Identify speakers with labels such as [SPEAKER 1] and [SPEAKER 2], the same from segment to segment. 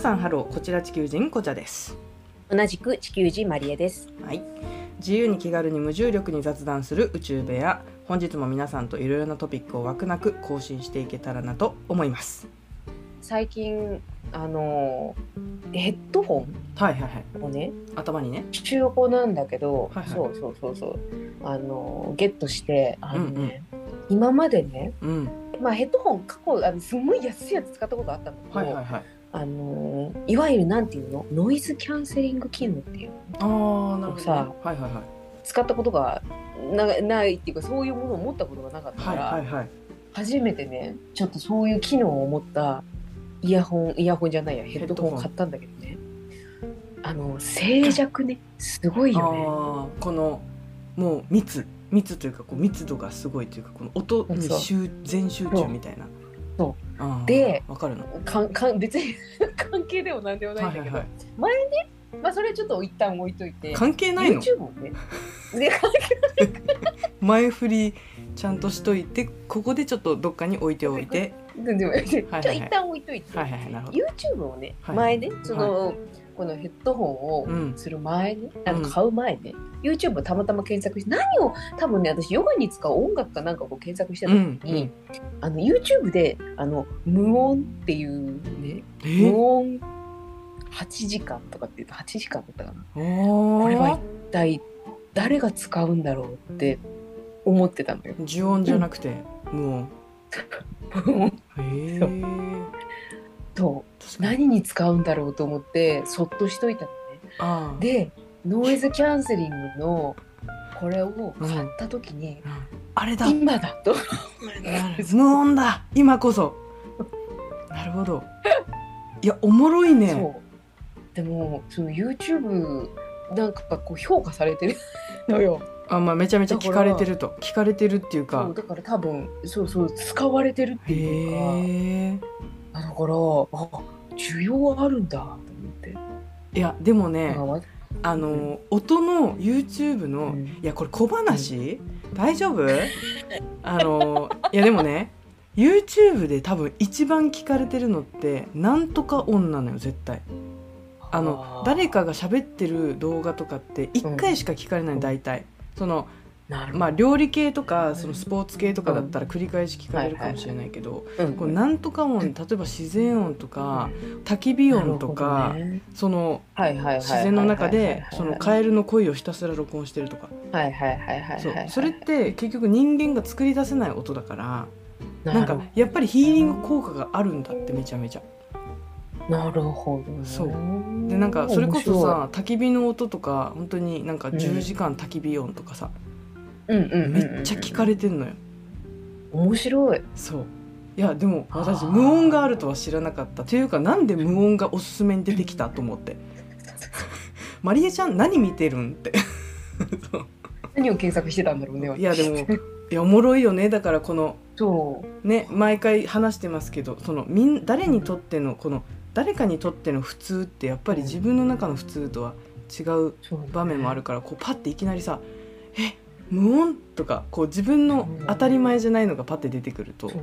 [SPEAKER 1] さんハローこちら地球人こちゃです
[SPEAKER 2] 同じく地球人マリエです。
[SPEAKER 1] はい自由に気軽に無重力に雑談する宇宙部屋本日も皆さんといろいろなトピックを枠なく更新していけたらなと思います
[SPEAKER 2] 最近あのーヘッドホ
[SPEAKER 1] はいはいはい
[SPEAKER 2] ンをね
[SPEAKER 1] 頭にね
[SPEAKER 2] 中古なんだけど、
[SPEAKER 1] はいはい
[SPEAKER 2] そうそうそうそうあのーゲットしてあのね、今までね
[SPEAKER 1] うん
[SPEAKER 2] まあヘッドホン過去あのすごい安いやつ使ったことあったんだけど、
[SPEAKER 1] はい
[SPEAKER 2] い
[SPEAKER 1] はいはい
[SPEAKER 2] あのーいわゆるなんていうのノイズキャンセリング機能っていう
[SPEAKER 1] あーなるほど、ね、
[SPEAKER 2] さあ
[SPEAKER 1] はいはいはい
[SPEAKER 2] 使ったことがなないっていうかそういうものを持ったことがなかったか
[SPEAKER 1] はい
[SPEAKER 2] ら、
[SPEAKER 1] はいはい
[SPEAKER 2] 初めてねちょっとそういう機能を持ったイヤホンイヤホンじゃないやヘッドホンを買ったんだけどねあの静寂ねすごい
[SPEAKER 1] あ
[SPEAKER 2] よね
[SPEAKER 1] ーこのもう密密というかこう密度がすごいというかこの音に
[SPEAKER 2] そう
[SPEAKER 1] 集全集中みたいな
[SPEAKER 2] そう
[SPEAKER 1] あー
[SPEAKER 2] で
[SPEAKER 1] わかるの
[SPEAKER 2] かんかん別に 関係でもなんでもないんだけど、
[SPEAKER 1] はいはいはい
[SPEAKER 2] まあそれはちょっと一旦置いといて
[SPEAKER 1] 関係ないの
[SPEAKER 2] YouTube をねで関係
[SPEAKER 1] 前振りちゃんとしといてここでちょっとどっかに置いておいて
[SPEAKER 2] でもち
[SPEAKER 1] は
[SPEAKER 2] ょ
[SPEAKER 1] い
[SPEAKER 2] っと一旦置いといて、
[SPEAKER 1] はいはいはいなるほど
[SPEAKER 2] YouTube をね、
[SPEAKER 1] はい
[SPEAKER 2] 前ねその、このヘッドホンを、
[SPEAKER 1] うん
[SPEAKER 2] する前ねあ
[SPEAKER 1] う
[SPEAKER 2] の
[SPEAKER 1] ん
[SPEAKER 2] 買う前ね、YouTube をたまたま検索して何を多分ね私ヨガに使う音楽かなんかこう検索してた時に、あの YouTube であの無音っていうね
[SPEAKER 1] え
[SPEAKER 2] 無音8時間とかって言うと8時間だったかな
[SPEAKER 1] お
[SPEAKER 2] これは
[SPEAKER 1] ー
[SPEAKER 2] 一体誰が使うんだろうって思ってたのよ
[SPEAKER 1] 呪音じゃなくて無音へえ
[SPEAKER 2] そうと
[SPEAKER 1] 確かに
[SPEAKER 2] 何に使うんだろうと思ってそっとしといたのね
[SPEAKER 1] あー
[SPEAKER 2] でノイズキャンセリングのこれを買った時に、
[SPEAKER 1] うんあれだ
[SPEAKER 2] 今だと
[SPEAKER 1] なる無音だ今こそなるほどいやおもろいね
[SPEAKER 2] そうでもその YouTube なんかこう評価されてるのよ
[SPEAKER 1] あまあめちゃめちゃ聞かれてると聞かれてるっていう
[SPEAKER 2] そ
[SPEAKER 1] か
[SPEAKER 2] うだから多分そうそう使われてるって
[SPEAKER 1] へ
[SPEAKER 2] いう
[SPEAKER 1] え
[SPEAKER 2] かだからあ需要あるんだと思って、
[SPEAKER 1] いやでもね
[SPEAKER 2] まあわ
[SPEAKER 1] あの音の YouTube の、
[SPEAKER 2] うん
[SPEAKER 1] いやこれ小話、大丈 夫あのいやでもね YouTube で多分一番聞かれてるのってなんとか音なのよ絶対あの
[SPEAKER 2] あー
[SPEAKER 1] 誰かが喋ってる動画とかって1回しか聞かれない、
[SPEAKER 2] うん
[SPEAKER 1] 大体その
[SPEAKER 2] なるほど
[SPEAKER 1] まあ料理系とかそのスポーツ系とかだったら繰り返し聞かれるかもしれないけど、
[SPEAKER 2] うん
[SPEAKER 1] こうなんとか音例えば自然音とか焚き火
[SPEAKER 2] なる
[SPEAKER 1] 音
[SPEAKER 2] ほど
[SPEAKER 1] とか、
[SPEAKER 2] ね
[SPEAKER 1] その
[SPEAKER 2] はいはいはいはいはい
[SPEAKER 1] 自然の中でその
[SPEAKER 2] は
[SPEAKER 1] カエルの声をひたすら録音してるとか
[SPEAKER 2] いはいはいはい
[SPEAKER 1] そう
[SPEAKER 2] はい
[SPEAKER 1] それって結局人間が作り出せない音だからなんか
[SPEAKER 2] なる
[SPEAKER 1] やっぱりヒーリング効果があるんだってめちゃめちゃ
[SPEAKER 2] なるほどね
[SPEAKER 1] そうでなんかそれこそさ焚き火の音とか本当になんか
[SPEAKER 2] うん
[SPEAKER 1] 10時間焚き火音とかさ
[SPEAKER 2] 面白いうんうんうん
[SPEAKER 1] めっちゃ聞かれてんのよ
[SPEAKER 2] 面白い
[SPEAKER 1] そういやでも私
[SPEAKER 2] あー
[SPEAKER 1] 無音があるとは知らなかったっていうかなんで無音がおすすめに出てきたと思 って「マリエちゃん何見てるん?」ってそう
[SPEAKER 2] 何を検索してたんだろうね
[SPEAKER 1] いやでもいやおもろいよねだからこの
[SPEAKER 2] そう
[SPEAKER 1] ね毎回話してますけどそのみん誰にとってのこの誰かにとっての普通ってやっぱり自分の中の普通とは違う
[SPEAKER 2] そう
[SPEAKER 1] 場面もあるからこうパッていきなりさ「え無音?」とかこう自分の当たり前じゃないのがパッて出てくると
[SPEAKER 2] そ
[SPEAKER 1] や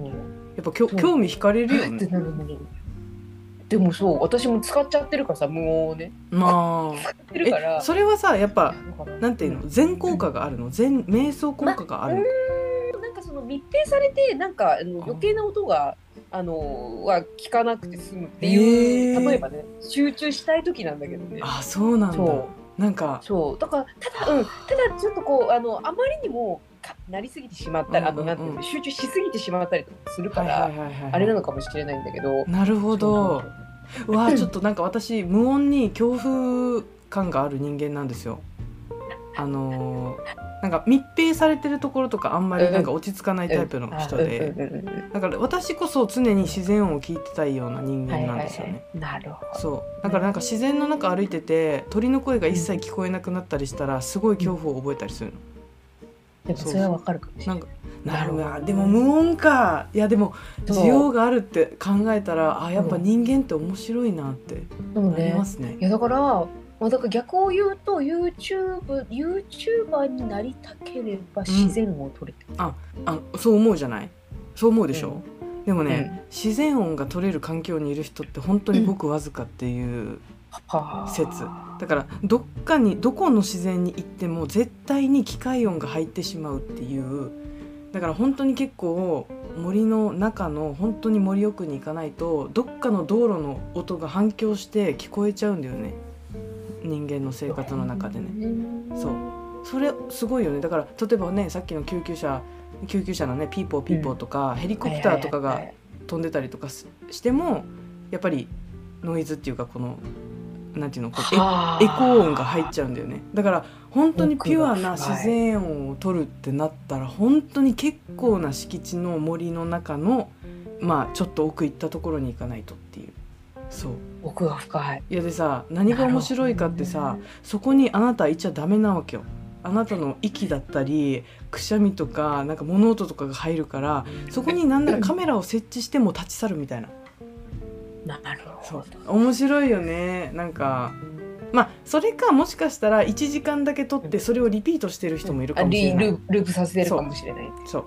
[SPEAKER 2] う
[SPEAKER 1] っぱきょ
[SPEAKER 2] そう
[SPEAKER 1] 興味惹かれるよ
[SPEAKER 2] って
[SPEAKER 1] ね。
[SPEAKER 2] なるのでもそう私も使っちゃってるからさ無音をね
[SPEAKER 1] まあ
[SPEAKER 2] 使ってるから
[SPEAKER 1] えそれはさやっぱ
[SPEAKER 2] だから
[SPEAKER 1] なんていうの全効果があるの全瞑想効果がある
[SPEAKER 2] うんなんかその密閉されてなんかあの
[SPEAKER 1] あ
[SPEAKER 2] 余計な音があのは聞かなくて済むっていう、
[SPEAKER 1] へー
[SPEAKER 2] 例えばね集中したい時なんだけどね
[SPEAKER 1] あそうなんだ
[SPEAKER 2] そ
[SPEAKER 1] なんか
[SPEAKER 2] うそうだからただうんただちょっとこうあのあまりにもかなりすぎてしまったら、
[SPEAKER 1] うんうんうん
[SPEAKER 2] あのなんていうの集中しすぎてしまったりとかするか
[SPEAKER 1] はい
[SPEAKER 2] ら、
[SPEAKER 1] はいはいはい
[SPEAKER 2] あれなのかもしれないんだけど
[SPEAKER 1] なるほ
[SPEAKER 2] そう
[SPEAKER 1] ど
[SPEAKER 2] そう
[SPEAKER 1] うわあちょっとなんか私無音に恐怖感がある人間なんですよ。あのーなんか密閉されてるところとかあんまりなんか落ち着かないタイプの人で
[SPEAKER 2] うんうんうんうん
[SPEAKER 1] だから私こそ常に自然音を聞いてたいような人間なんですよね。
[SPEAKER 2] なるほど
[SPEAKER 1] そうだからなんか自然の中歩いてて鳥の声が一切聞こえなくなったりしたらすごい恐怖を覚えたりするの。
[SPEAKER 2] でもそれはわかるかもしれない。
[SPEAKER 1] なるほ
[SPEAKER 2] なるほ
[SPEAKER 1] ど
[SPEAKER 2] ど
[SPEAKER 1] でも無音かいやでも
[SPEAKER 2] そう
[SPEAKER 1] 需要があるって考えたらあやっぱ人間って面白いなって
[SPEAKER 2] そう
[SPEAKER 1] なり
[SPEAKER 2] ね
[SPEAKER 1] ま。すね
[SPEAKER 2] い。やだから、まあ、だから逆を言うと YouTube、YouTuber になりたければ自然を取れてる。
[SPEAKER 1] あそう思うじゃないそう思うでしょ、でもね、自然音が取れる環境にいる人って本当にごくわずかっていう、
[SPEAKER 2] はあ
[SPEAKER 1] 説だからどっかにどこの自然に行っても絶対に機械音が入ってしまうっていうだから本当に結構森の中の本当に森奥に行かないとどっかの道路の音が反響して聞こえちゃうんだよね人間の生活の中でね。
[SPEAKER 2] ね
[SPEAKER 1] そうそれすごいよねだから例えばねさっきの救急車救急車のねピーポーピーポーとか、ヘリコプターとか
[SPEAKER 2] はいは
[SPEAKER 1] が
[SPEAKER 2] いはい
[SPEAKER 1] 飛んでたりとかすしてもやっぱりノイズっていうかこのなんていうのこうエ
[SPEAKER 2] はい
[SPEAKER 1] エコー音が入っちゃうんだよねだから本当にピュアな
[SPEAKER 2] 奥が深い
[SPEAKER 1] 自然音を取るってなったら本当に結構な敷地の森の中のまあちょっと奥行ったところに行かないとっていうそう
[SPEAKER 2] 奥が深い
[SPEAKER 1] いやでさ何が面白いかって
[SPEAKER 2] なる
[SPEAKER 1] さ
[SPEAKER 2] ほどね
[SPEAKER 1] そこにあなたいちゃダメなわけよあなたの息だったりくしゃみとかなんか物音とかが入るからそこになんならカメラを設置しても立ち去るみたいな
[SPEAKER 2] なる
[SPEAKER 1] そ
[SPEAKER 2] ほ
[SPEAKER 1] う
[SPEAKER 2] ど
[SPEAKER 1] 面白いよねなんかまあそれかもしかしたら1時間だけ撮ってそれをリピートしてる人もいるか
[SPEAKER 2] あ
[SPEAKER 1] もしれ
[SPEAKER 2] リ
[SPEAKER 1] な
[SPEAKER 2] ル
[SPEAKER 1] い
[SPEAKER 2] ープループさせてるかもしれない
[SPEAKER 1] そう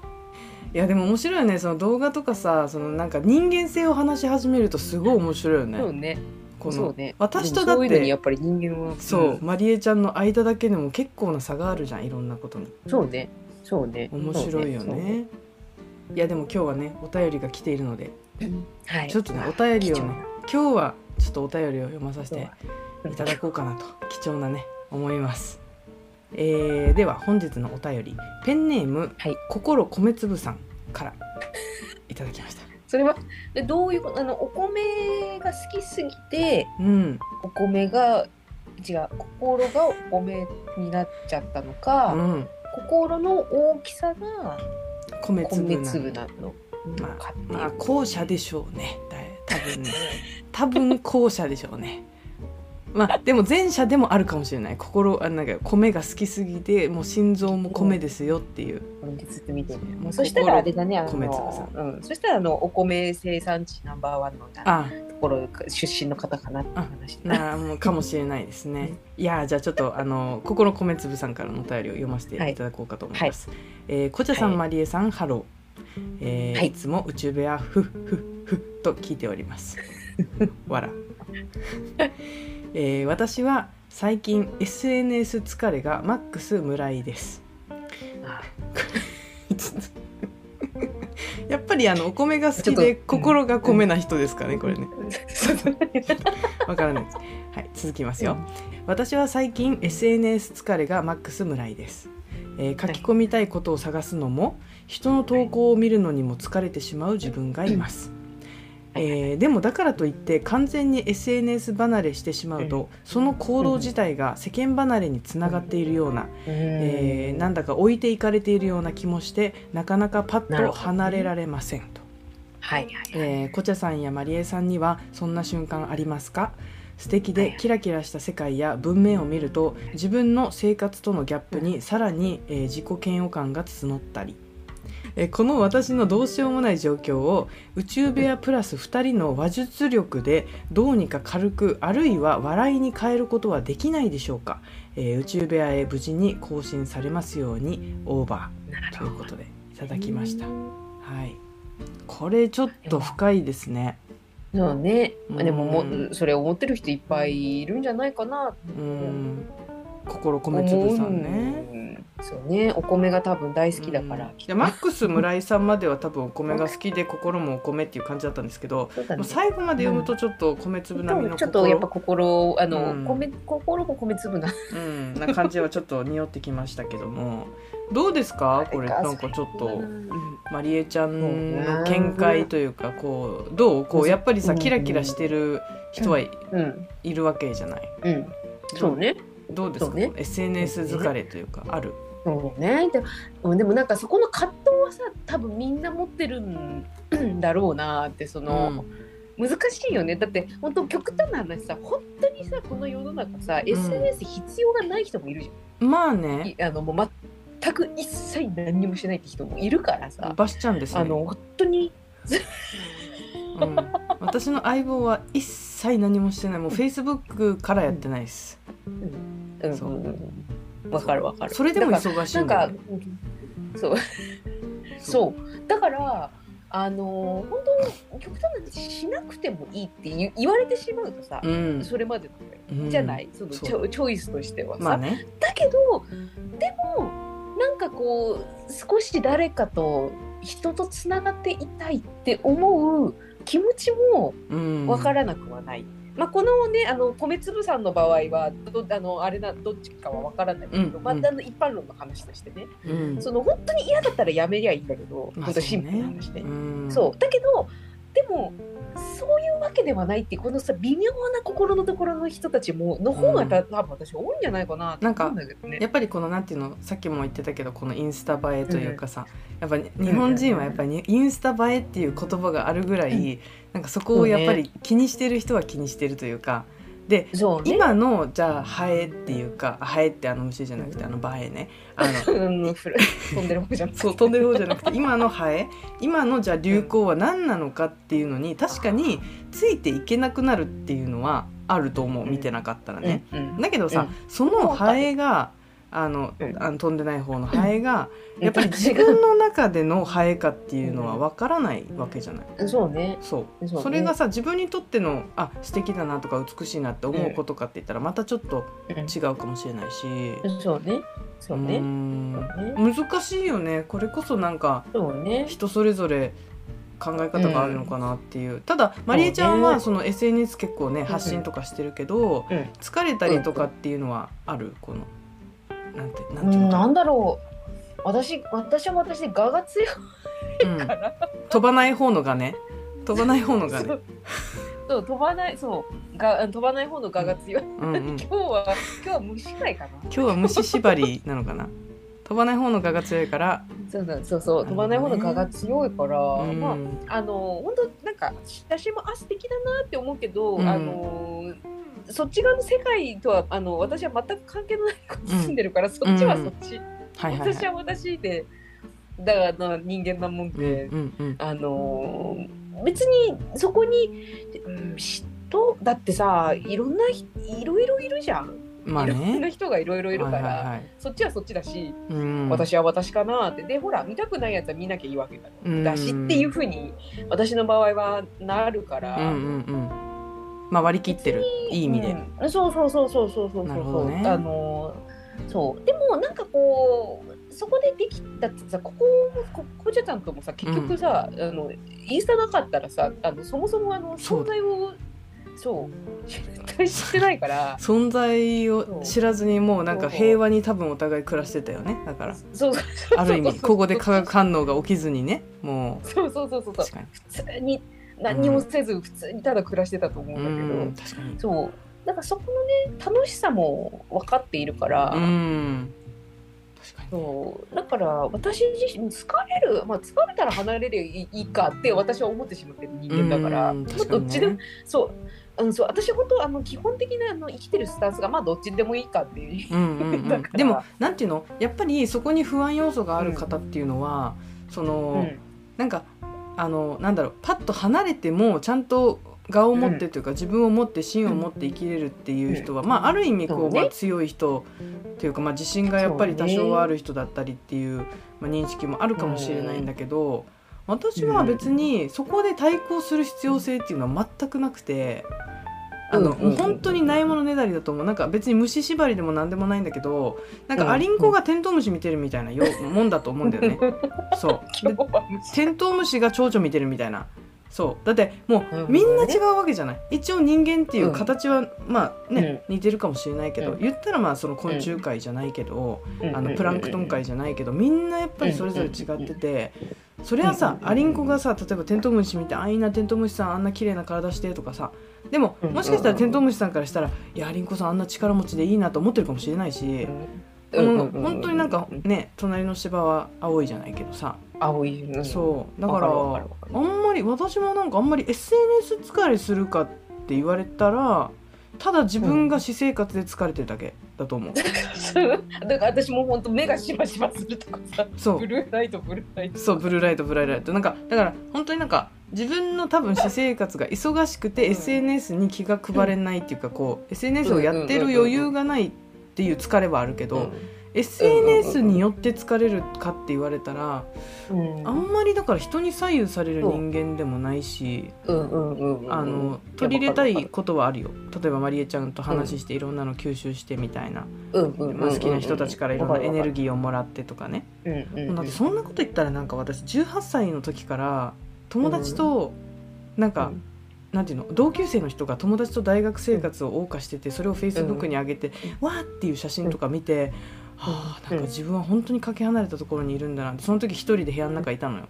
[SPEAKER 1] いやでも面白いよねその動画とかさそのなんか人間性を話し始めるとすごい面白いよね
[SPEAKER 2] そうね
[SPEAKER 1] こ
[SPEAKER 2] そう
[SPEAKER 1] の
[SPEAKER 2] ね
[SPEAKER 1] 私と
[SPEAKER 2] でもそ
[SPEAKER 1] だっ
[SPEAKER 2] ういうの
[SPEAKER 1] て
[SPEAKER 2] にやっぱり人間は
[SPEAKER 1] そう、
[SPEAKER 2] ん
[SPEAKER 1] まりえちゃんの間だけでも結構な差があるじゃんいろんなことに
[SPEAKER 2] そうねそうね
[SPEAKER 1] 面白いよ
[SPEAKER 2] そう
[SPEAKER 1] ねいやでも今日はねお便りが来ているので
[SPEAKER 2] はい
[SPEAKER 1] ちょっとねお便りを
[SPEAKER 2] 貴
[SPEAKER 1] ね
[SPEAKER 2] 重な
[SPEAKER 1] 今日はちょっとお便りを読まさせて
[SPEAKER 2] 今
[SPEAKER 1] い
[SPEAKER 2] 日
[SPEAKER 1] た
[SPEAKER 2] は
[SPEAKER 1] だこうかなと貴重なね思います、えー、では本日のお便りペンネーム、
[SPEAKER 2] はい
[SPEAKER 1] 心米粒さんからいただきました
[SPEAKER 2] それはでどういうことあのお米が好きすぎて
[SPEAKER 1] うん
[SPEAKER 2] お米が違う心がお米になっちゃったのか、
[SPEAKER 1] うん
[SPEAKER 2] 心の大きさが
[SPEAKER 1] 米粒
[SPEAKER 2] 米
[SPEAKER 1] な
[SPEAKER 2] 粒なのかっていう、
[SPEAKER 1] まあ後者でしょうねだい多分ね 多分後者でしょうねまあでも前者でもあるかもしれない心あなんか米が好きすぎてもう心臓も米ですよっていう
[SPEAKER 2] うんでずっと見てる
[SPEAKER 1] もう
[SPEAKER 2] そしたらあれだねあの
[SPEAKER 1] 米粒さ
[SPEAKER 2] うん、そしたらあのお米生産地ナンバーワンのと
[SPEAKER 1] あ
[SPEAKER 2] ころ出身の方かなって話
[SPEAKER 1] なあもうかもしれないですね。いやーじゃあちょっとあの心米粒さんからのお便りを読ませていただこうかと思います。えーこちゃさん、
[SPEAKER 2] はい
[SPEAKER 1] まりえさんハロー。えー
[SPEAKER 2] はい
[SPEAKER 1] い、つも宇宙部屋ふっふっふっと聞いており ます。わら。えー私は最近 SNS 疲れがマックス村井です。
[SPEAKER 2] あ
[SPEAKER 1] やっぱりあのお米が好き
[SPEAKER 2] ちょっ
[SPEAKER 1] で
[SPEAKER 2] とうん
[SPEAKER 1] 心が米な人ですかねこれね。
[SPEAKER 2] そう
[SPEAKER 1] わからないです。はい、続きますよ。私は最近 SNS 疲れがマックス村井です、えー書き込みたいことを探すのも人の投稿を見るのにも疲れてしまう自分がいます、
[SPEAKER 2] はいはい
[SPEAKER 1] えーでもだからといって完全に SNS 離れしてしまうとその行動自体が世間離れにつながっているような、えーなんだか置いていかれているような気もしてなかなかパ
[SPEAKER 2] な
[SPEAKER 1] ッ
[SPEAKER 2] る
[SPEAKER 1] と
[SPEAKER 2] ほどね
[SPEAKER 1] 離れられませんと。
[SPEAKER 2] はいはいはい、
[SPEAKER 1] えー、こちゃさんやまりえさんにはそんな瞬間ありますか素敵でキラキラした世界や文面を見ると自分の生活とのギャップにさらに、えー自己嫌悪感が募ったり、えーこの私のどうしようもない状況を宇宙部屋プラス2人の話術力でどうにか軽くあるいは笑いに変えることはできないでしょうか、えー宇宙部屋へ無事に更新されますようにオーバー。
[SPEAKER 2] なる
[SPEAKER 1] とい
[SPEAKER 2] ほ
[SPEAKER 1] うこ
[SPEAKER 2] ど
[SPEAKER 1] とでいただきました。はい。これちょっと深いですね。
[SPEAKER 2] そうね、
[SPEAKER 1] うん
[SPEAKER 2] でももうそれ思ってる人いっぱいいるんじゃないかな
[SPEAKER 1] う。
[SPEAKER 2] と思うん
[SPEAKER 1] 心米粒さんね。
[SPEAKER 2] そうねお米が多分大好きだから、
[SPEAKER 1] うんいやマックス村井さんまでは多分お米が好きで心もお米っていう感じだったんですけど、
[SPEAKER 2] そうだ
[SPEAKER 1] も
[SPEAKER 2] ね
[SPEAKER 1] う最後まで読むとちょっと米粒並みの
[SPEAKER 2] ちょっとやっぱ
[SPEAKER 1] 心、
[SPEAKER 2] 心あの、
[SPEAKER 1] うん
[SPEAKER 2] 米心も米粒な
[SPEAKER 1] うん、な感じはちょっと匂ってきましたけども、どうですかこれなんかちょっと。まりえちゃんの見解というかこうどうこうやっぱりさキラキラしてる人はい
[SPEAKER 2] うん
[SPEAKER 1] いるわけじゃない
[SPEAKER 2] うんそうね
[SPEAKER 1] どうですか、
[SPEAKER 2] そうね
[SPEAKER 1] SNS 疲れというか、ある
[SPEAKER 2] そうねでもでもなんかそこの葛藤はさ多分みんな持ってるんだろうなってその、難しいよねだって本当極端な話さ本当にさこの世の中さ、SNS 必要がない人もいるじ
[SPEAKER 1] まあ
[SPEAKER 2] ゃん
[SPEAKER 1] ね
[SPEAKER 2] いあのもう全く一切何にもしないって人もいるからさ、
[SPEAKER 1] バシちゃんですね
[SPEAKER 2] あの本当に
[SPEAKER 1] うん、私の相棒は一切何もしてないもう Facebook からやってないです
[SPEAKER 2] うん
[SPEAKER 1] そう
[SPEAKER 2] うんわかるわかる
[SPEAKER 1] それでも
[SPEAKER 2] だか
[SPEAKER 1] 忙しい
[SPEAKER 2] ら
[SPEAKER 1] ん
[SPEAKER 2] な
[SPEAKER 1] だ
[SPEAKER 2] ん
[SPEAKER 1] よ
[SPEAKER 2] かそうそうだからあの本当極端な話しなくてもいいって言言われてしまうとさ、
[SPEAKER 1] うん
[SPEAKER 2] それまでの
[SPEAKER 1] うん
[SPEAKER 2] じゃないそのチ
[SPEAKER 1] そ
[SPEAKER 2] ョチョイスとしてはさ、
[SPEAKER 1] まあね
[SPEAKER 2] だけどでもなんかこう少し誰かと人とつながっていたいって思う気持ちも
[SPEAKER 1] うん
[SPEAKER 2] わからなくはない。まあ、このねあの米粒さんの場合はどあのあれなどっちかはわからないけ
[SPEAKER 1] うんう
[SPEAKER 2] ど、
[SPEAKER 1] ん
[SPEAKER 2] まあだんだん一般論の話としてね、
[SPEAKER 1] うん
[SPEAKER 2] その本当に嫌だったらやめりゃいいんだけど、
[SPEAKER 1] まあ
[SPEAKER 2] 本当シンプルな話ね。
[SPEAKER 1] うん
[SPEAKER 2] そうだけどでもそういうわけではないっていうこのさ微妙な心のところの人たちもの方がた、多分私多いんじゃないかなって
[SPEAKER 1] なんか
[SPEAKER 2] 思うんだけどね。
[SPEAKER 1] やっぱりこのなんていうのさっきも言ってたけどこのインスタ映えというかさ、やっぱに日本人はやっぱりインスタ映えっていう言葉があるぐらい、
[SPEAKER 2] うん
[SPEAKER 1] なんかそこをやっぱり気にしてる人は気にしてるというかで
[SPEAKER 2] そうね。
[SPEAKER 1] 今のじゃあ映えっていうか映えってあの虫じゃなくてあの映えねあの
[SPEAKER 2] うん、古い飛んでる方じゃなくて
[SPEAKER 1] そう飛んでる方じゃなくて今のハエ今のじゃあ流行は何なのかっていうのに確かについていけなくなるっていうのはあると思う
[SPEAKER 2] うん
[SPEAKER 1] 見てなかったらね。
[SPEAKER 2] ね。うん
[SPEAKER 1] だけどさ、
[SPEAKER 2] う
[SPEAKER 1] そのハエがあの、
[SPEAKER 2] うん
[SPEAKER 1] あの飛んでない方のハエが、
[SPEAKER 2] うん
[SPEAKER 1] やっぱり自分の中でのハエかっていうのはわからないわけじゃない。
[SPEAKER 2] うんそうね。
[SPEAKER 1] そう
[SPEAKER 2] そうね
[SPEAKER 1] それがさ自分にとってのあ素敵だなとか美しいなって思うことかって言ったらまたちょっと違うかもしれないし、
[SPEAKER 2] そうね。そう
[SPEAKER 1] う
[SPEAKER 2] ね。
[SPEAKER 1] ん
[SPEAKER 2] そうね
[SPEAKER 1] 難しいよねこれこそなんか
[SPEAKER 2] そうね。
[SPEAKER 1] 人それぞれ考え方があるのかなっていう、ただまりえちゃん
[SPEAKER 2] そう
[SPEAKER 1] は
[SPEAKER 2] ね
[SPEAKER 1] その SNS 結構ね
[SPEAKER 2] ん
[SPEAKER 1] 発信とかしてるけど、
[SPEAKER 2] うん
[SPEAKER 1] 疲れたりとかっていうのはあるこのなんてな
[SPEAKER 2] うん
[SPEAKER 1] ていうの
[SPEAKER 2] ん、
[SPEAKER 1] か
[SPEAKER 2] な
[SPEAKER 1] な、
[SPEAKER 2] んだろう。私、私は私で我が強い
[SPEAKER 1] うん飛ばない方のがね飛ばない方のが
[SPEAKER 2] そ
[SPEAKER 1] ね
[SPEAKER 2] う。そう飛ばない、そう、が、飛ばない方の我が強い。
[SPEAKER 1] うんうん
[SPEAKER 2] 今日は、今日は虫かいかな。
[SPEAKER 1] 今日は虫縛りなのかな飛ばない方の蛾が強いから、
[SPEAKER 2] そうそうそうそう、飛ばない方の我が強いから、
[SPEAKER 1] うん
[SPEAKER 2] まあ、あの本当なんか私もあ素敵だなって思うけど、
[SPEAKER 1] うん
[SPEAKER 2] あのそっち側の世界とはあの私は全く関係のないここに住んでるから、そっちはそっち、
[SPEAKER 1] はいはいは
[SPEAKER 2] 私
[SPEAKER 1] い
[SPEAKER 2] は私でだからな人間なもん
[SPEAKER 1] うん
[SPEAKER 2] で、
[SPEAKER 1] うんうん
[SPEAKER 2] あの別にそこに、うん、嫉妬だってさいろんなひいろいろいるじゃん、
[SPEAKER 1] まあ
[SPEAKER 2] いろんな
[SPEAKER 1] ね
[SPEAKER 2] 人がいろいろいるから、
[SPEAKER 1] はいはいはい
[SPEAKER 2] そっちはそっちだし、
[SPEAKER 1] うん、
[SPEAKER 2] 私は私かなってでほら見たくないやつは見なきゃいいわけだだしっていうふ
[SPEAKER 1] に
[SPEAKER 2] うに私の場合はなるか
[SPEAKER 1] うんう
[SPEAKER 2] ら、
[SPEAKER 1] んうんまあ割り切ってるいい意味で、
[SPEAKER 2] うんそうそうそうそうそうそう
[SPEAKER 1] な
[SPEAKER 2] そ
[SPEAKER 1] るほど
[SPEAKER 2] う、
[SPEAKER 1] ね
[SPEAKER 2] あのそうでもなんかこうそこでできたってさここここちゃちゃんともさ結局さ、あのインスタなかったらさあのそもそもあの
[SPEAKER 1] そう
[SPEAKER 2] 存在をそう絶対知ってな いから
[SPEAKER 1] 存在を知らずにもうなんか平和に多分お互い暮らしてたよねだから
[SPEAKER 2] そうそうそう
[SPEAKER 1] ある意味ここで化学
[SPEAKER 2] か
[SPEAKER 1] 反応が起きずにねも
[SPEAKER 2] そうそうそうそう
[SPEAKER 1] う
[SPEAKER 2] そう
[SPEAKER 1] 確かに
[SPEAKER 2] 普通に何もせず普通にただ暮らしてたと思う
[SPEAKER 1] うん
[SPEAKER 2] だけど。
[SPEAKER 1] ん確かに
[SPEAKER 2] そうだからそこのね楽しさも分かっているから、
[SPEAKER 1] うん確かに
[SPEAKER 2] そうだから私自身疲れる、まあ、疲れたら離れるいいかって私は思ってしまってる人間だから、
[SPEAKER 1] うん
[SPEAKER 2] まあ、どっちでもそう,、うん、そう私本当あの基本的なあの生きてるスタンスがまあどっちでもいいかっていう。
[SPEAKER 1] うんうんう
[SPEAKER 2] だ
[SPEAKER 1] ん
[SPEAKER 2] から
[SPEAKER 1] でもなんていうのやっぱりそこに不安要素がある方っていうのは、その、なんかあのなんだろうパッと離れてもちゃんと我を持ってというか、自分を持って芯を持って生きれるっていう人は、
[SPEAKER 2] うん
[SPEAKER 1] まあある意味
[SPEAKER 2] そ
[SPEAKER 1] こ
[SPEAKER 2] う
[SPEAKER 1] う、
[SPEAKER 2] ね
[SPEAKER 1] まあ強い人というか、まあ、自信がやっぱり多
[SPEAKER 2] そう
[SPEAKER 1] 少
[SPEAKER 2] ね
[SPEAKER 1] はある人だったりっていうまあ、認識もあるかもしれないんだけど、私は
[SPEAKER 2] うん
[SPEAKER 1] 別にそこで対抗する必要性っていうのは全くなくて。あの
[SPEAKER 2] うんうん
[SPEAKER 1] もう本当にないものねだりだと思うなんか別に虫縛りでも何でもないんだけどなんかアリンコがテントウムシ見てるみたいなよもんだと思うんだよ ね。そう
[SPEAKER 2] 今日はむし
[SPEAKER 1] テントウムシが蝶々見てるみたいなそうだっても
[SPEAKER 2] うん
[SPEAKER 1] うみんな違うわけじゃない一応人間っていう形は、まあね、似てるかもしれないけど、
[SPEAKER 2] うん
[SPEAKER 1] 言ったらまあその昆虫界じゃないけど、
[SPEAKER 2] ろ
[SPEAKER 1] あのプランクトン界じゃないけどみんなやっぱりそれぞれ違ってて。それはさ、
[SPEAKER 2] うん
[SPEAKER 1] アリンコがさ例えばテントウムシ見て「あいいなテントウムシさんあんな綺麗な体して」とかさでも
[SPEAKER 2] うん
[SPEAKER 1] もしかしたらテントウムシさんからしたら「いやアリンコさんあんな力持ちでいいな」と思ってるかもしれないし、
[SPEAKER 2] うんうんうん
[SPEAKER 1] うん本当になんかね隣の芝は青いじゃないけどさ、
[SPEAKER 2] 青いうん
[SPEAKER 1] そうだから
[SPEAKER 2] わかるわかる
[SPEAKER 1] あんまり私もなんかあんまり SNS 疲れするかって言われたらただ自分が私生活で疲れてるだけだと思う、
[SPEAKER 2] そう だから私も本当目がしばしばするとかさ
[SPEAKER 1] そ
[SPEAKER 2] ブ
[SPEAKER 1] う
[SPEAKER 2] ルーライトブルーライト
[SPEAKER 1] そうブルーライトブルーライトなんかだから本当になんか自分の多分私生活が忙しくて、
[SPEAKER 2] うん
[SPEAKER 1] SNS に気が配れないっていうかこう SNS をやってる
[SPEAKER 2] うんうんうんうん
[SPEAKER 1] 余裕がないっていう疲れはあるけど、 SNS によって疲れるかって言われたら
[SPEAKER 2] うん
[SPEAKER 1] あんまりだから人に左右される人間でもないし、
[SPEAKER 2] うんうんうんうん
[SPEAKER 1] あの取り入れたいことはあるよ例えばまりえちゃんと話していろんなの吸収してみたいな、
[SPEAKER 2] うんうんうん
[SPEAKER 1] まあ、好きな人たちからいろんなエネル
[SPEAKER 2] ギ
[SPEAKER 1] ギーをもらってとかね、
[SPEAKER 2] ー、うんうんうん、
[SPEAKER 1] だってそんなこと言ったらなんか私18歳の時から友達となんか、
[SPEAKER 2] うん
[SPEAKER 1] なんていうの同級生の人が友達と大学生活を謳歌しててそれをフェイスブックに上げて、わーっていう写真とか見て、はあなんか自分は本当にかけ離れたところにいるんだなってその時一人で部屋の中いたのよ。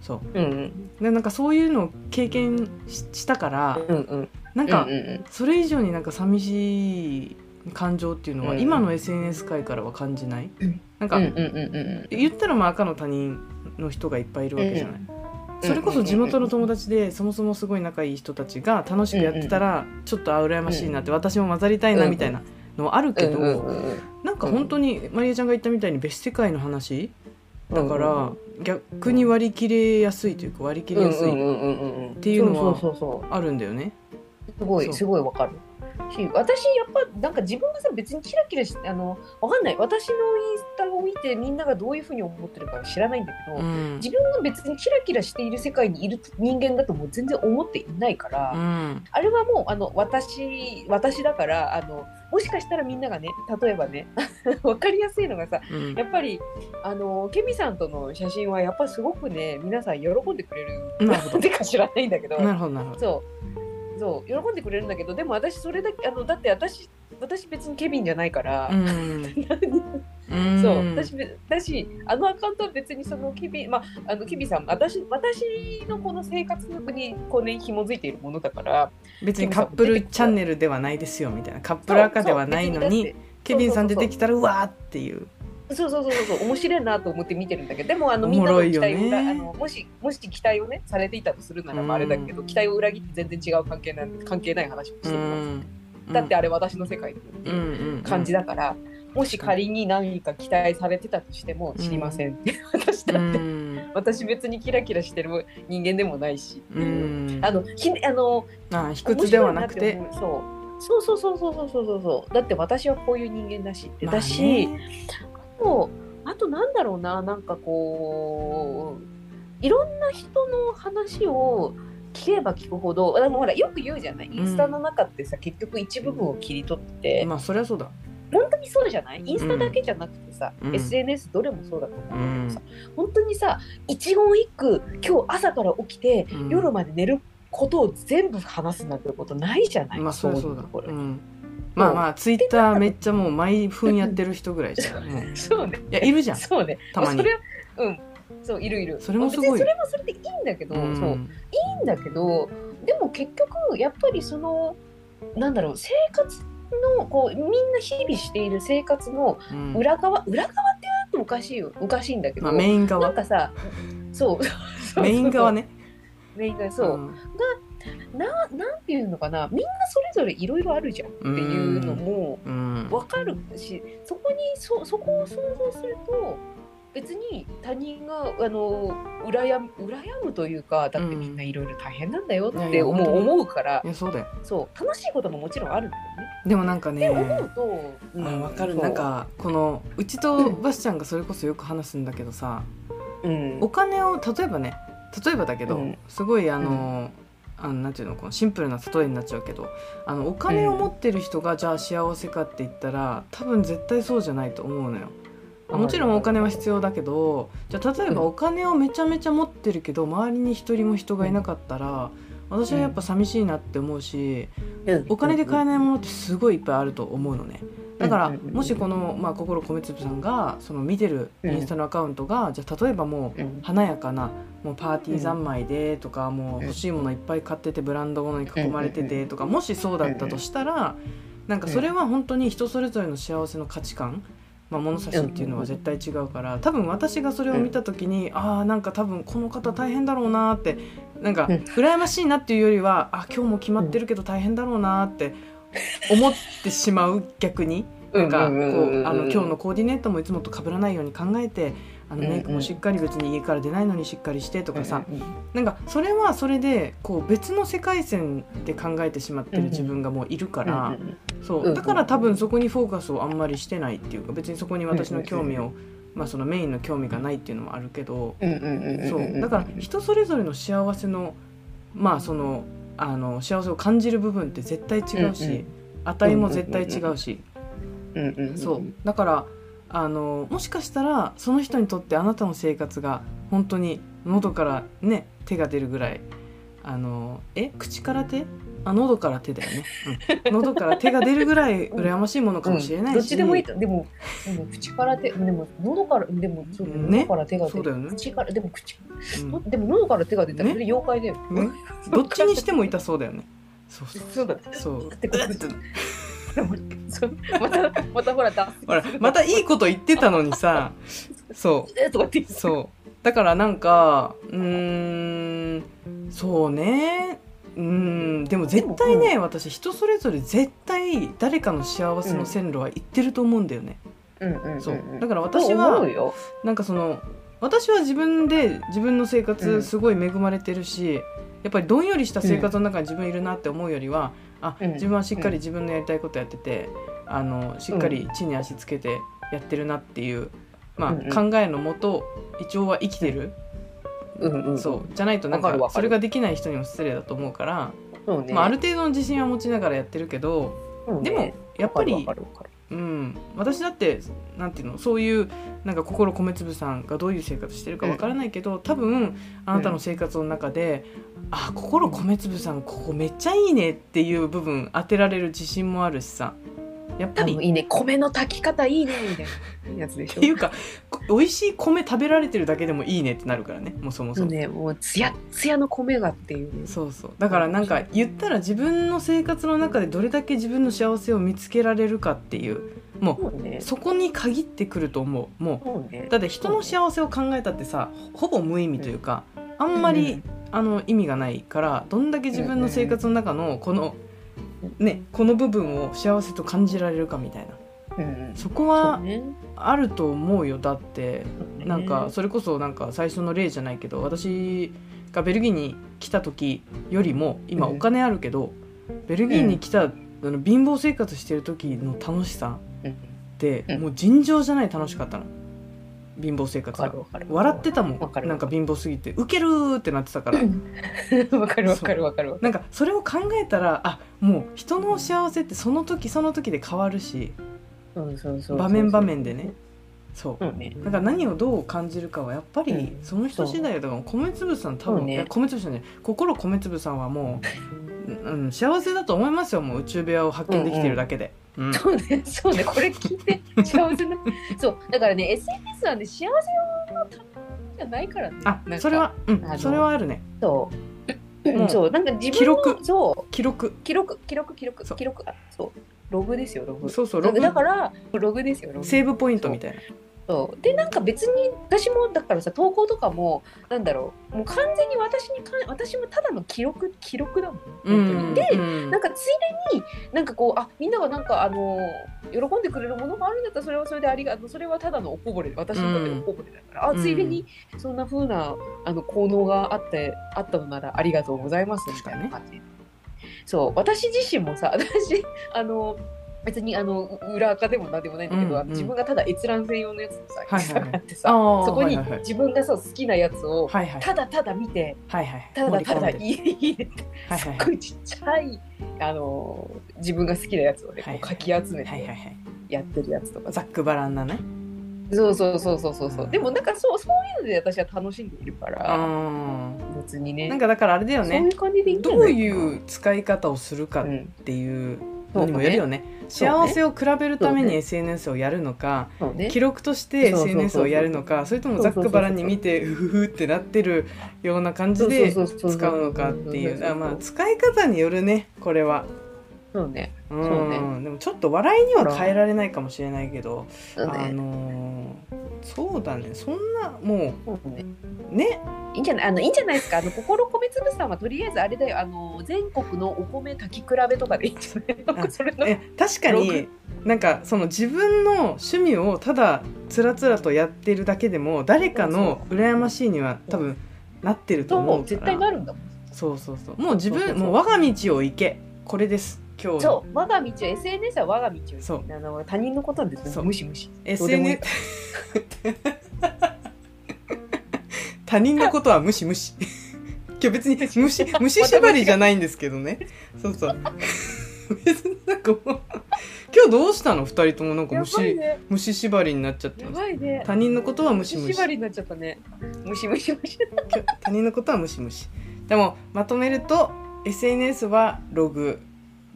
[SPEAKER 1] そ
[SPEAKER 2] うん
[SPEAKER 1] うでなんかそういうのを経験ししたから
[SPEAKER 2] うんうん
[SPEAKER 1] なん
[SPEAKER 2] う
[SPEAKER 1] か
[SPEAKER 2] んうん
[SPEAKER 1] それ以上になんか寂しい感情っていうのは
[SPEAKER 2] うん
[SPEAKER 1] 今の SNS 界からは感じない、
[SPEAKER 2] うん
[SPEAKER 1] なん
[SPEAKER 2] う
[SPEAKER 1] か
[SPEAKER 2] んうんうんうん
[SPEAKER 1] 言ったらまあ赤の他人の人がいっぱいいるわけじゃない、それこそ地元の友達でそもそもすごい仲いい人たちが楽しくやってたらちょっとあ羨ましいなって私も混ざりたいなみたいなのはあるけ
[SPEAKER 2] うんうん
[SPEAKER 1] ど
[SPEAKER 2] うんうん
[SPEAKER 1] なんか本当にマリエちゃんが言ったみたいに別世界の話だか
[SPEAKER 2] うんうん
[SPEAKER 1] ら逆に割り切れやすいというか割り切れやす
[SPEAKER 2] うん
[SPEAKER 1] い
[SPEAKER 2] うんうんうんうん
[SPEAKER 1] ていうのは
[SPEAKER 2] そうそうそうそう
[SPEAKER 1] あるんだよね。
[SPEAKER 2] すご
[SPEAKER 1] そう
[SPEAKER 2] いすごいわかるし私やっぱなんか自分がさ別にキラキラしてあのわかんない私のインスタを見てみんながどういうふうに思ってるか知らないんだけど、
[SPEAKER 1] うん
[SPEAKER 2] 自分が別にキラキラしている世界にいる人間だともう全然思っていないから、
[SPEAKER 1] うん
[SPEAKER 2] あれはもうあの私私だからあのもしかしたらみんながね例えばね わかりやすいのがさ
[SPEAKER 1] うん
[SPEAKER 2] やっぱりあのケミさんとの写真はやっぱすごくね皆さん喜んでくれる
[SPEAKER 1] なるほど
[SPEAKER 2] なんでか知らないんだけど。
[SPEAKER 1] なるほどなるほど。
[SPEAKER 2] そうそう喜んでくれるんだけどでも私それだけあのだって私私別にケビンじゃないから、
[SPEAKER 1] うん、
[SPEAKER 2] そう
[SPEAKER 1] うん
[SPEAKER 2] 私べ私あのアカウントは別にそのケビンまああのケビンさん私私のこの生活にこうね紐づいているものだから
[SPEAKER 1] 別にカップルチャンネルではないですよみたいなカップル赤ではないのにケビンさん出てきたらうわーっていう。
[SPEAKER 2] そうそうそうそうそう面白いなと思って見てるんだけどでもあのみんな
[SPEAKER 1] おも
[SPEAKER 2] の
[SPEAKER 1] ろい
[SPEAKER 2] 期
[SPEAKER 1] よ
[SPEAKER 2] 待
[SPEAKER 1] ね
[SPEAKER 2] を裏、あのもしもし期待をねされていたとするならばあれだけど、期待を裏切って全然違う関係ない関係ない話をしてるから、だってあれ私の世界っていう
[SPEAKER 1] うんうん
[SPEAKER 2] 感じだから、もし仮に何か期待されてたとしても
[SPEAKER 1] うん
[SPEAKER 2] 知りませんって、 私だ
[SPEAKER 1] う
[SPEAKER 2] って、
[SPEAKER 1] ん
[SPEAKER 2] 私別にキラキラしてる人間でもないし、
[SPEAKER 1] うん、
[SPEAKER 2] あのひあの
[SPEAKER 1] あ卑屈ではなくて
[SPEAKER 2] 面白いなって思うそうそうそうそうそうそうそうそうだって私はこういう人間だしって、
[SPEAKER 1] まあね
[SPEAKER 2] だしあとあとなんだろうななんかこういろんな人の話を聞けば聞くほどでもほらよく言うじゃないインスタの中ってさ、結局一部分を切り取って、
[SPEAKER 1] まあそりゃそうだ。
[SPEAKER 2] 本当にそうじゃないインスタだけじゃなくてさ、
[SPEAKER 1] うん
[SPEAKER 2] SNS どれもそうだと思う
[SPEAKER 1] うん
[SPEAKER 2] だけど
[SPEAKER 1] ん
[SPEAKER 2] さ、本当にさ一言一句今日朝から起きて、
[SPEAKER 1] うん
[SPEAKER 2] 夜まで寝ることを全部話すなんてことないじゃない、
[SPEAKER 1] まあそりゃそうだ
[SPEAKER 2] とこ。
[SPEAKER 1] う
[SPEAKER 2] ろ
[SPEAKER 1] んまあまあツイッターめっちゃもう毎分やってる人ぐらいじゃん。もうい
[SPEAKER 2] そうね
[SPEAKER 1] やいるじゃん。
[SPEAKER 2] そうね
[SPEAKER 1] たまに
[SPEAKER 2] それはうんそういるいる
[SPEAKER 1] それもすごい
[SPEAKER 2] 別にそれはそれでいいんだけど、
[SPEAKER 1] ん
[SPEAKER 2] そういいんだけどでも結局やっぱりそのなんだろう生活のこうみんな日々している生活の
[SPEAKER 1] うん
[SPEAKER 2] 裏側、裏側って言うとおかしいよおかしいんだけど、
[SPEAKER 1] まあメイン
[SPEAKER 2] な
[SPEAKER 1] 側
[SPEAKER 2] んかさ、そう、そう
[SPEAKER 1] メイン側。ね。
[SPEAKER 2] メイン側、そう、な、なんていうのかな、みんなそれぞれいろいろあるじゃんっていうのも。
[SPEAKER 1] うん。うん
[SPEAKER 2] わかるし、そこに、そ、そこを想像すると。別に他人があの羨む羨むというかだってみんないろいろ大変なんだよ
[SPEAKER 1] うん
[SPEAKER 2] っ
[SPEAKER 1] いやい
[SPEAKER 2] て
[SPEAKER 1] や
[SPEAKER 2] 思
[SPEAKER 1] 本当
[SPEAKER 2] う
[SPEAKER 1] に
[SPEAKER 2] 思うから
[SPEAKER 1] いやそうだよ。
[SPEAKER 2] そう楽しいことももちろんあるんだよ
[SPEAKER 1] でもなんかね。
[SPEAKER 2] ね。って思うと、う
[SPEAKER 1] あわかる
[SPEAKER 2] そう
[SPEAKER 1] なんかこのうちとバスちゃんがそれこそよく話すんだけどさ
[SPEAKER 2] うん
[SPEAKER 1] お金を例えばね例えばだけど、
[SPEAKER 2] うん
[SPEAKER 1] すごいあの、あのなんていうのこのシンプルな例えになっちゃうけどあのお金を持ってる人が、じゃあ幸せかって言ったら多分絶対そうじゃないと思うのよ。あもちろんお金は必要だけどじゃあ例えば
[SPEAKER 2] うん
[SPEAKER 1] お金をめちゃめちゃ持ってるけど周りに一人も人がいなかったら私はやっぱ寂しいなって思うし、
[SPEAKER 2] うん
[SPEAKER 1] お金で買えないものってすごいいっぱいあると思うのねだから
[SPEAKER 2] うんうんうんうん
[SPEAKER 1] もしこの、まあ、心米粒さんがその見てるインスタのアカウントが、じゃあ例えばも
[SPEAKER 2] う
[SPEAKER 1] うん華やかなもうパーティー三昧でとか、もう欲しいものいっぱい買っててブランド物に囲まれててとか、もしそうだったとしたら、なんかそれは本当に人それぞれの幸せの価値観まあ、物差しっていうのは絶対違うから多分私がそれを見た時に、ああなんか多分この方大変だろうなーってなんか
[SPEAKER 2] うん
[SPEAKER 1] 羨ましいなっていうよりはあ今日も決まってるけど大変だろうなーって思ってしまう逆になんかこ
[SPEAKER 2] うんうんうんうん
[SPEAKER 1] うあの今日のコーディネートもいつもと被らないように考えてあのメイクもしっかり別に家から出ないのにしっかりしてとかさ、
[SPEAKER 2] うんうん
[SPEAKER 1] なんかそれはそれでこう別の世界線で考えてしまってる自分がもういるから、
[SPEAKER 2] うんうん
[SPEAKER 1] そうだから多分そこにフォーカスをあんまりしてないっていうか別にそこに私の興味を、まあ、そのメインの興味がないっていうのもあるけど、
[SPEAKER 2] うんうんうんうん
[SPEAKER 1] そうだから人それぞれの幸せのまあそのあの幸せを感じる部分って絶対違うし、
[SPEAKER 2] うんうん
[SPEAKER 1] 値も絶対違うし、
[SPEAKER 2] うんうんうん
[SPEAKER 1] そうだからあのもしかしたらその人にとってあなたの生活が本当に喉からね手が出るぐらいあのえ口から手あ喉から手だよね、 うん、喉から手が出るぐらい羨ましいものかもしれないし、
[SPEAKER 2] うんどっちでもいいとでもでも口から手でも喉からでもそう
[SPEAKER 1] うんね
[SPEAKER 2] 喉から手が
[SPEAKER 1] そ
[SPEAKER 2] 出
[SPEAKER 1] うだ
[SPEAKER 2] る、
[SPEAKER 1] よね
[SPEAKER 2] 口からでも口
[SPEAKER 1] うん
[SPEAKER 2] のでも喉から手が出たら
[SPEAKER 1] ね
[SPEAKER 2] それ妖怪だよ、
[SPEAKER 1] ねどっちにしても痛そうだよねそうそう
[SPEAKER 2] そうだ
[SPEAKER 1] そう
[SPEAKER 2] ってことです そうまたまたほらだ
[SPEAKER 1] ほらまたいいこと言ってたのに さそう
[SPEAKER 2] えーとかって言って
[SPEAKER 1] そうだからなんかうーんそうねうーんでも絶対ね、私人それぞれ絶対誰かの幸せの線路は行ってると思うんだよね、
[SPEAKER 2] うんうんうんん
[SPEAKER 1] そうだから
[SPEAKER 2] そう
[SPEAKER 1] 私
[SPEAKER 2] 思
[SPEAKER 1] は
[SPEAKER 2] うよ
[SPEAKER 1] なんかその私は自分で自分の生
[SPEAKER 2] う
[SPEAKER 1] 活
[SPEAKER 2] ん
[SPEAKER 1] すごい恵まれてるし、やっぱりどんよりした生活の中に自分いるなって思うよりは、あ
[SPEAKER 2] うん
[SPEAKER 1] 自分はしっかり自分のやりたいことやってて、あのしっかり地に足つけてやってるなっていう、まあ、
[SPEAKER 2] うん
[SPEAKER 1] 考えのもと一応は生きてる、
[SPEAKER 2] うんうん
[SPEAKER 1] そうじゃないとなん
[SPEAKER 2] わ
[SPEAKER 1] か
[SPEAKER 2] かるわかる
[SPEAKER 1] それができない人にも失礼だと思うから、
[SPEAKER 2] そうね、
[SPEAKER 1] まあ、ある程度の自信は持ちながらやってるけど
[SPEAKER 2] そう
[SPEAKER 1] で
[SPEAKER 2] ね
[SPEAKER 1] もやっぱ
[SPEAKER 2] わ
[SPEAKER 1] り
[SPEAKER 2] か、るわかるわかる
[SPEAKER 1] うん、私だってなんていうのそういうなんか心米粒さんがどういう生活してるかわからないけど、多分あなたの生活の中で、あ心米粒さんここめっちゃいいねっていう部分当てられる自信もあるしさやっぱ
[SPEAKER 2] 多
[SPEAKER 1] り
[SPEAKER 2] 分いいね米の炊き方いいねみたいなやつでし
[SPEAKER 1] っ
[SPEAKER 2] ょ
[SPEAKER 1] ていうかこ美味しい米食べられてるだけでもいいねってなるからねもうそもそ
[SPEAKER 2] そう
[SPEAKER 1] も。
[SPEAKER 2] ねもうつやっつやの米がっていうね
[SPEAKER 1] そうそうだからなんか言ったら自分の生活の中でどれだけ自分の幸せを見つけられるかっていうも
[SPEAKER 2] そうね
[SPEAKER 1] うそこに限ってくると思うも
[SPEAKER 2] そうね
[SPEAKER 1] うだって人の幸せを考えたってさほぼ無意味というかあんまり、
[SPEAKER 2] うん
[SPEAKER 1] あの意味がないからどんだけ自分の生活の中のこの、ね、この部分を幸せと感じられるかみたいな
[SPEAKER 2] うんうん
[SPEAKER 1] そこ
[SPEAKER 2] そう
[SPEAKER 1] は
[SPEAKER 2] ね
[SPEAKER 1] あると思うよだってなん
[SPEAKER 2] う
[SPEAKER 1] か
[SPEAKER 2] ん
[SPEAKER 1] それこそなんか最初の例じゃないけど私がベルギーに来た時よりも今
[SPEAKER 2] う
[SPEAKER 1] お
[SPEAKER 2] ん
[SPEAKER 1] 金あるけど、ベルギーに来た、あの貧乏生活してる時の楽しさ
[SPEAKER 2] うん
[SPEAKER 1] って、
[SPEAKER 2] うん
[SPEAKER 1] もう尋常じゃない楽しかったの貧乏生活
[SPEAKER 2] わか
[SPEAKER 1] が
[SPEAKER 2] るわかる
[SPEAKER 1] 笑ってたも
[SPEAKER 2] わか
[SPEAKER 1] ん
[SPEAKER 2] る
[SPEAKER 1] なんか貧乏すぎてウケるーってなってたから
[SPEAKER 2] た わかるわかるわかるわか
[SPEAKER 1] なんかそれを考えたらあもう人の幸せってその時その時で変わるし
[SPEAKER 2] るうんそうそうそう
[SPEAKER 1] 場面場面でねそう
[SPEAKER 2] そうね
[SPEAKER 1] だから何をどう感じるかはやっぱり
[SPEAKER 2] うん
[SPEAKER 1] その人次第だから米粒さん多分、
[SPEAKER 2] そうね
[SPEAKER 1] いや米粒さんじゃない心米粒さんはもう、うんうん、幸せだと思いますよもう宇宙部屋を発見できてるだけで。うん
[SPEAKER 2] そうね、そうね、これ聞いて幸 せな。そう、だからね、SNS はね、幸せのためじゃないからね。
[SPEAKER 1] あ
[SPEAKER 2] なんか
[SPEAKER 1] それは、うん
[SPEAKER 2] あの
[SPEAKER 1] それはあるね
[SPEAKER 2] そう。
[SPEAKER 1] もう
[SPEAKER 2] そう、なんか自分の
[SPEAKER 1] 記録
[SPEAKER 2] そ
[SPEAKER 1] 記録
[SPEAKER 2] う、記録、記録、記録、
[SPEAKER 1] そう
[SPEAKER 2] 記録、あ、そう。ログですよ、ログ。
[SPEAKER 1] そうそうログ
[SPEAKER 2] だから、ログですよ、ログ。
[SPEAKER 1] セーブポイントみたいな
[SPEAKER 2] そうで、なんか別に、私も、だからさ、投稿とかも、なんだろう、もう完全に私にか、私もただの記録、記録だもん。
[SPEAKER 1] うん
[SPEAKER 2] 本当にでなんかついでになんかこうあみんながなんかあの喜んでくれるものがあるんだったらそれはそれでありがとうそれはただのおこぼれ私にとってのおこぼれだから、
[SPEAKER 1] うん
[SPEAKER 2] あついでにそんな風なあの効能があってあったのならありがとうございますみたいな感じ、そう私自身もさ 私あの別にあの裏垢でも何でもないんだけど、
[SPEAKER 1] うん
[SPEAKER 2] あの自分がただ閲覧専用のやつをさ、
[SPEAKER 1] はいはいはい
[SPEAKER 2] 買って
[SPEAKER 1] あ
[SPEAKER 2] さ
[SPEAKER 1] ー
[SPEAKER 2] そこに
[SPEAKER 1] はいはいはい
[SPEAKER 2] 自分がさ好きなやつを
[SPEAKER 1] はいはい
[SPEAKER 2] ただただ見て
[SPEAKER 1] はいはい
[SPEAKER 2] ただただ
[SPEAKER 1] 盛り込んで
[SPEAKER 2] いいね
[SPEAKER 1] はい
[SPEAKER 2] す
[SPEAKER 1] は
[SPEAKER 2] っ
[SPEAKER 1] い
[SPEAKER 2] ごいちっちゃい、あのー自分が好きなやつをね、
[SPEAKER 1] はい
[SPEAKER 2] こうかき集め
[SPEAKER 1] はいはいは
[SPEAKER 2] て
[SPEAKER 1] い
[SPEAKER 2] やってるやつとか
[SPEAKER 1] ざ
[SPEAKER 2] さ、
[SPEAKER 1] っくばらんなね
[SPEAKER 2] そうそうそうそうそうそううんでもなんかそうそういうので私は楽しんでいるか
[SPEAKER 1] う
[SPEAKER 2] ら、
[SPEAKER 1] ん
[SPEAKER 2] 別にね
[SPEAKER 1] なんかだからあれだよ
[SPEAKER 2] そうい
[SPEAKER 1] ね
[SPEAKER 2] う感じでいいんじゃ
[SPEAKER 1] どう
[SPEAKER 2] ないかな
[SPEAKER 1] いう使い方をするか
[SPEAKER 2] う
[SPEAKER 1] っ
[SPEAKER 2] ん
[SPEAKER 1] ていう
[SPEAKER 2] そ
[SPEAKER 1] の
[SPEAKER 2] う
[SPEAKER 1] に
[SPEAKER 2] ね
[SPEAKER 1] もよるよね
[SPEAKER 2] そうね
[SPEAKER 1] 幸せを比べるため
[SPEAKER 2] そう
[SPEAKER 1] に
[SPEAKER 2] ね
[SPEAKER 1] SNS をやるのか、
[SPEAKER 2] そうね
[SPEAKER 1] 記録として
[SPEAKER 2] そうそうそうそ
[SPEAKER 1] SNS を
[SPEAKER 2] う
[SPEAKER 1] やるのかそれともざっくばらんに見てうふふってなってるような感じで
[SPEAKER 2] そうそうそうそう
[SPEAKER 1] 使うのかっていう
[SPEAKER 2] そうそうそう
[SPEAKER 1] あまあ使い方によるねこれは
[SPEAKER 2] そうね
[SPEAKER 1] うん
[SPEAKER 2] そうね
[SPEAKER 1] でもちょっと笑いには変えられないかもしれないけど、
[SPEAKER 2] そう
[SPEAKER 1] あ
[SPEAKER 2] ね
[SPEAKER 1] のーそうだねそんなも
[SPEAKER 2] そうね
[SPEAKER 1] うね
[SPEAKER 2] いいんじゃないあのいいんじゃないですかあの心米粒さんはとりあえずあれだよあの全国のお米炊き比べとかでいいんじゃないなんかそれの
[SPEAKER 1] え確かに
[SPEAKER 2] ロ
[SPEAKER 1] なんかその自分の趣味をただつらつらとやってるだけでも誰かの羨ましいには多分なってると
[SPEAKER 2] そう
[SPEAKER 1] 思
[SPEAKER 2] も
[SPEAKER 1] う
[SPEAKER 2] う
[SPEAKER 1] か
[SPEAKER 2] 絶対
[SPEAKER 1] ら
[SPEAKER 2] なるんだもん
[SPEAKER 1] そうそうそうもう自
[SPEAKER 2] そうそう
[SPEAKER 1] 分
[SPEAKER 2] そう
[SPEAKER 1] もう我が道を行けこれです今日の
[SPEAKER 2] そう我が道を SNS は我が道を
[SPEAKER 1] そう
[SPEAKER 2] あの他人のことなんです
[SPEAKER 1] そう
[SPEAKER 2] 無視無視どうでもいい
[SPEAKER 1] SNS 他人のことは無視無視 今日別に無視無視縛りじゃないんですけどねそうそう 別になんかもう今日どうしたの二人ともなんか
[SPEAKER 2] や
[SPEAKER 1] 無
[SPEAKER 2] ばい
[SPEAKER 1] 視
[SPEAKER 2] ね
[SPEAKER 1] 無視縛りになっちゃって
[SPEAKER 2] や
[SPEAKER 1] ます
[SPEAKER 2] ばいね
[SPEAKER 1] 他人のことは無視無視
[SPEAKER 2] 縛りになっちゃったね無視無視無視
[SPEAKER 1] きょ他人のことは無視無視でもまとめると SNS はログ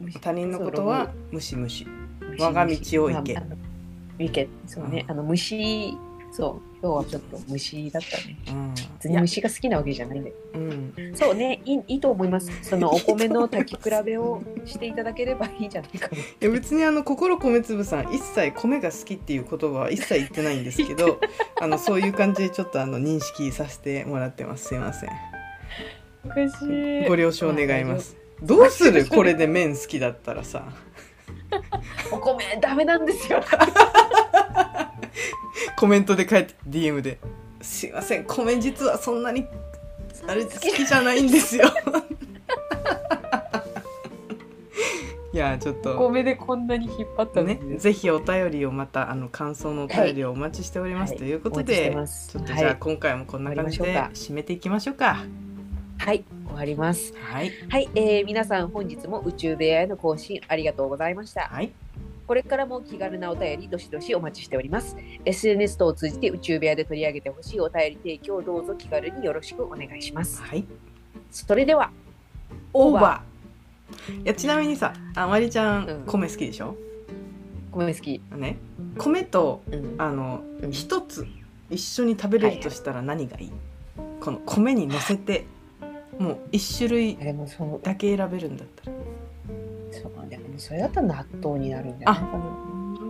[SPEAKER 2] 無視
[SPEAKER 1] 他人のことは無視無視我
[SPEAKER 2] 我
[SPEAKER 1] が道を行け
[SPEAKER 2] 行けそうねあの虫そう今日はちょっと虫だったね
[SPEAKER 1] うん
[SPEAKER 2] 別
[SPEAKER 1] い
[SPEAKER 2] に
[SPEAKER 1] や
[SPEAKER 2] 虫が好きなわけじゃないんで
[SPEAKER 1] うん
[SPEAKER 2] そうねいいいいと思いますそのお米の炊き比べをしていただければいいじゃないか ない
[SPEAKER 1] や別にあの心米粒さん一切米が好きっていう言葉は一切言ってないんですけど あのそういう感じでちょっとあの認識させてもらってますすいません
[SPEAKER 2] おかしい
[SPEAKER 1] ご了承願いますどうするこれで麺好きだったらさ
[SPEAKER 2] お米ダメなんです よ
[SPEAKER 1] コメントで書いて DM で「すいません米実はそんなにあれ好きじゃないんですよ」 いやちょっ
[SPEAKER 2] お
[SPEAKER 1] と
[SPEAKER 2] 米でこんなに引っ張った
[SPEAKER 1] ねぜひお便りをまたあの感想のお便りをお待ちしております、
[SPEAKER 2] はい
[SPEAKER 1] という
[SPEAKER 2] お
[SPEAKER 1] こと
[SPEAKER 2] 待ちして
[SPEAKER 1] で、
[SPEAKER 2] ます
[SPEAKER 1] ちょっとじゃ
[SPEAKER 2] は
[SPEAKER 1] あ
[SPEAKER 2] い、
[SPEAKER 1] 今回もこんな感じ
[SPEAKER 2] 終
[SPEAKER 1] で
[SPEAKER 2] わりま
[SPEAKER 1] 締めていきましょうか
[SPEAKER 2] はい、終わります
[SPEAKER 1] はい
[SPEAKER 2] はい、えー、皆さん本日も宇宙部屋への更新ありがとうございました
[SPEAKER 1] はい
[SPEAKER 2] これからも気軽なお便りどしどしお待ちしております。SNS 等を通じて宇宙部屋で取り上げてほしいお便り提供をどうぞ気軽によろしくお願いします。
[SPEAKER 1] はい
[SPEAKER 2] それでは、
[SPEAKER 1] オーバーいやちなみにさあまりちゃん、
[SPEAKER 2] うん
[SPEAKER 1] 米好きでしょ
[SPEAKER 2] 米好き。
[SPEAKER 1] ね米と
[SPEAKER 2] うん。
[SPEAKER 1] あの
[SPEAKER 2] うん
[SPEAKER 1] 一、つ一緒に食べれるとしたら何がいい、この米に乗せてもう一種類
[SPEAKER 2] でもそう、
[SPEAKER 1] だけ選べるんだったら
[SPEAKER 2] そうでもそれだったら納豆になるんだよ
[SPEAKER 1] あ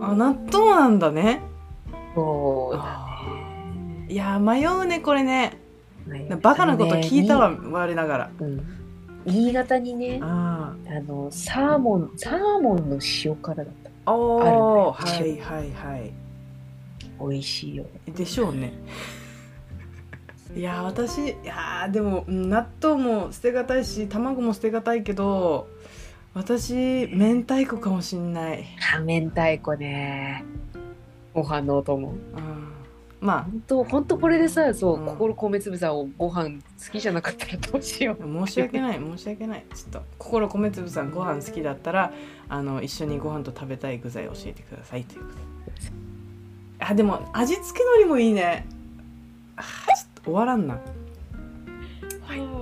[SPEAKER 1] あ納豆なんだね
[SPEAKER 2] そうだ
[SPEAKER 1] あーいやー迷うねこれね
[SPEAKER 2] ね。
[SPEAKER 1] バカなこと聞いた
[SPEAKER 2] あ
[SPEAKER 1] わ、
[SPEAKER 2] のね。
[SPEAKER 1] 我ながら
[SPEAKER 2] にうん。新潟にね、
[SPEAKER 1] あ
[SPEAKER 2] あのサーモン、サーモンの塩辛だった。
[SPEAKER 1] ーお
[SPEAKER 2] あ
[SPEAKER 1] ー、
[SPEAKER 2] るね
[SPEAKER 1] はいはいはい
[SPEAKER 2] 美味しいよね。
[SPEAKER 1] でしょうねいやー私いやーでもうん納豆も捨てがたいし卵も捨てがたいけど私明太子かもしんない
[SPEAKER 2] あ明太子ね。ご飯のお供。
[SPEAKER 1] うんま
[SPEAKER 2] 本当本当これでさそう、
[SPEAKER 1] うん
[SPEAKER 2] 心米粒さんをご飯好きじゃなかったらどうしよう
[SPEAKER 1] あ申し訳ない申し訳ないちょっと心米粒さんご飯好きだったらあの一緒にご飯と食べたい具材を教えてくださいということであでも味付け海苔もいいねあーちょっと終わらんな
[SPEAKER 2] はい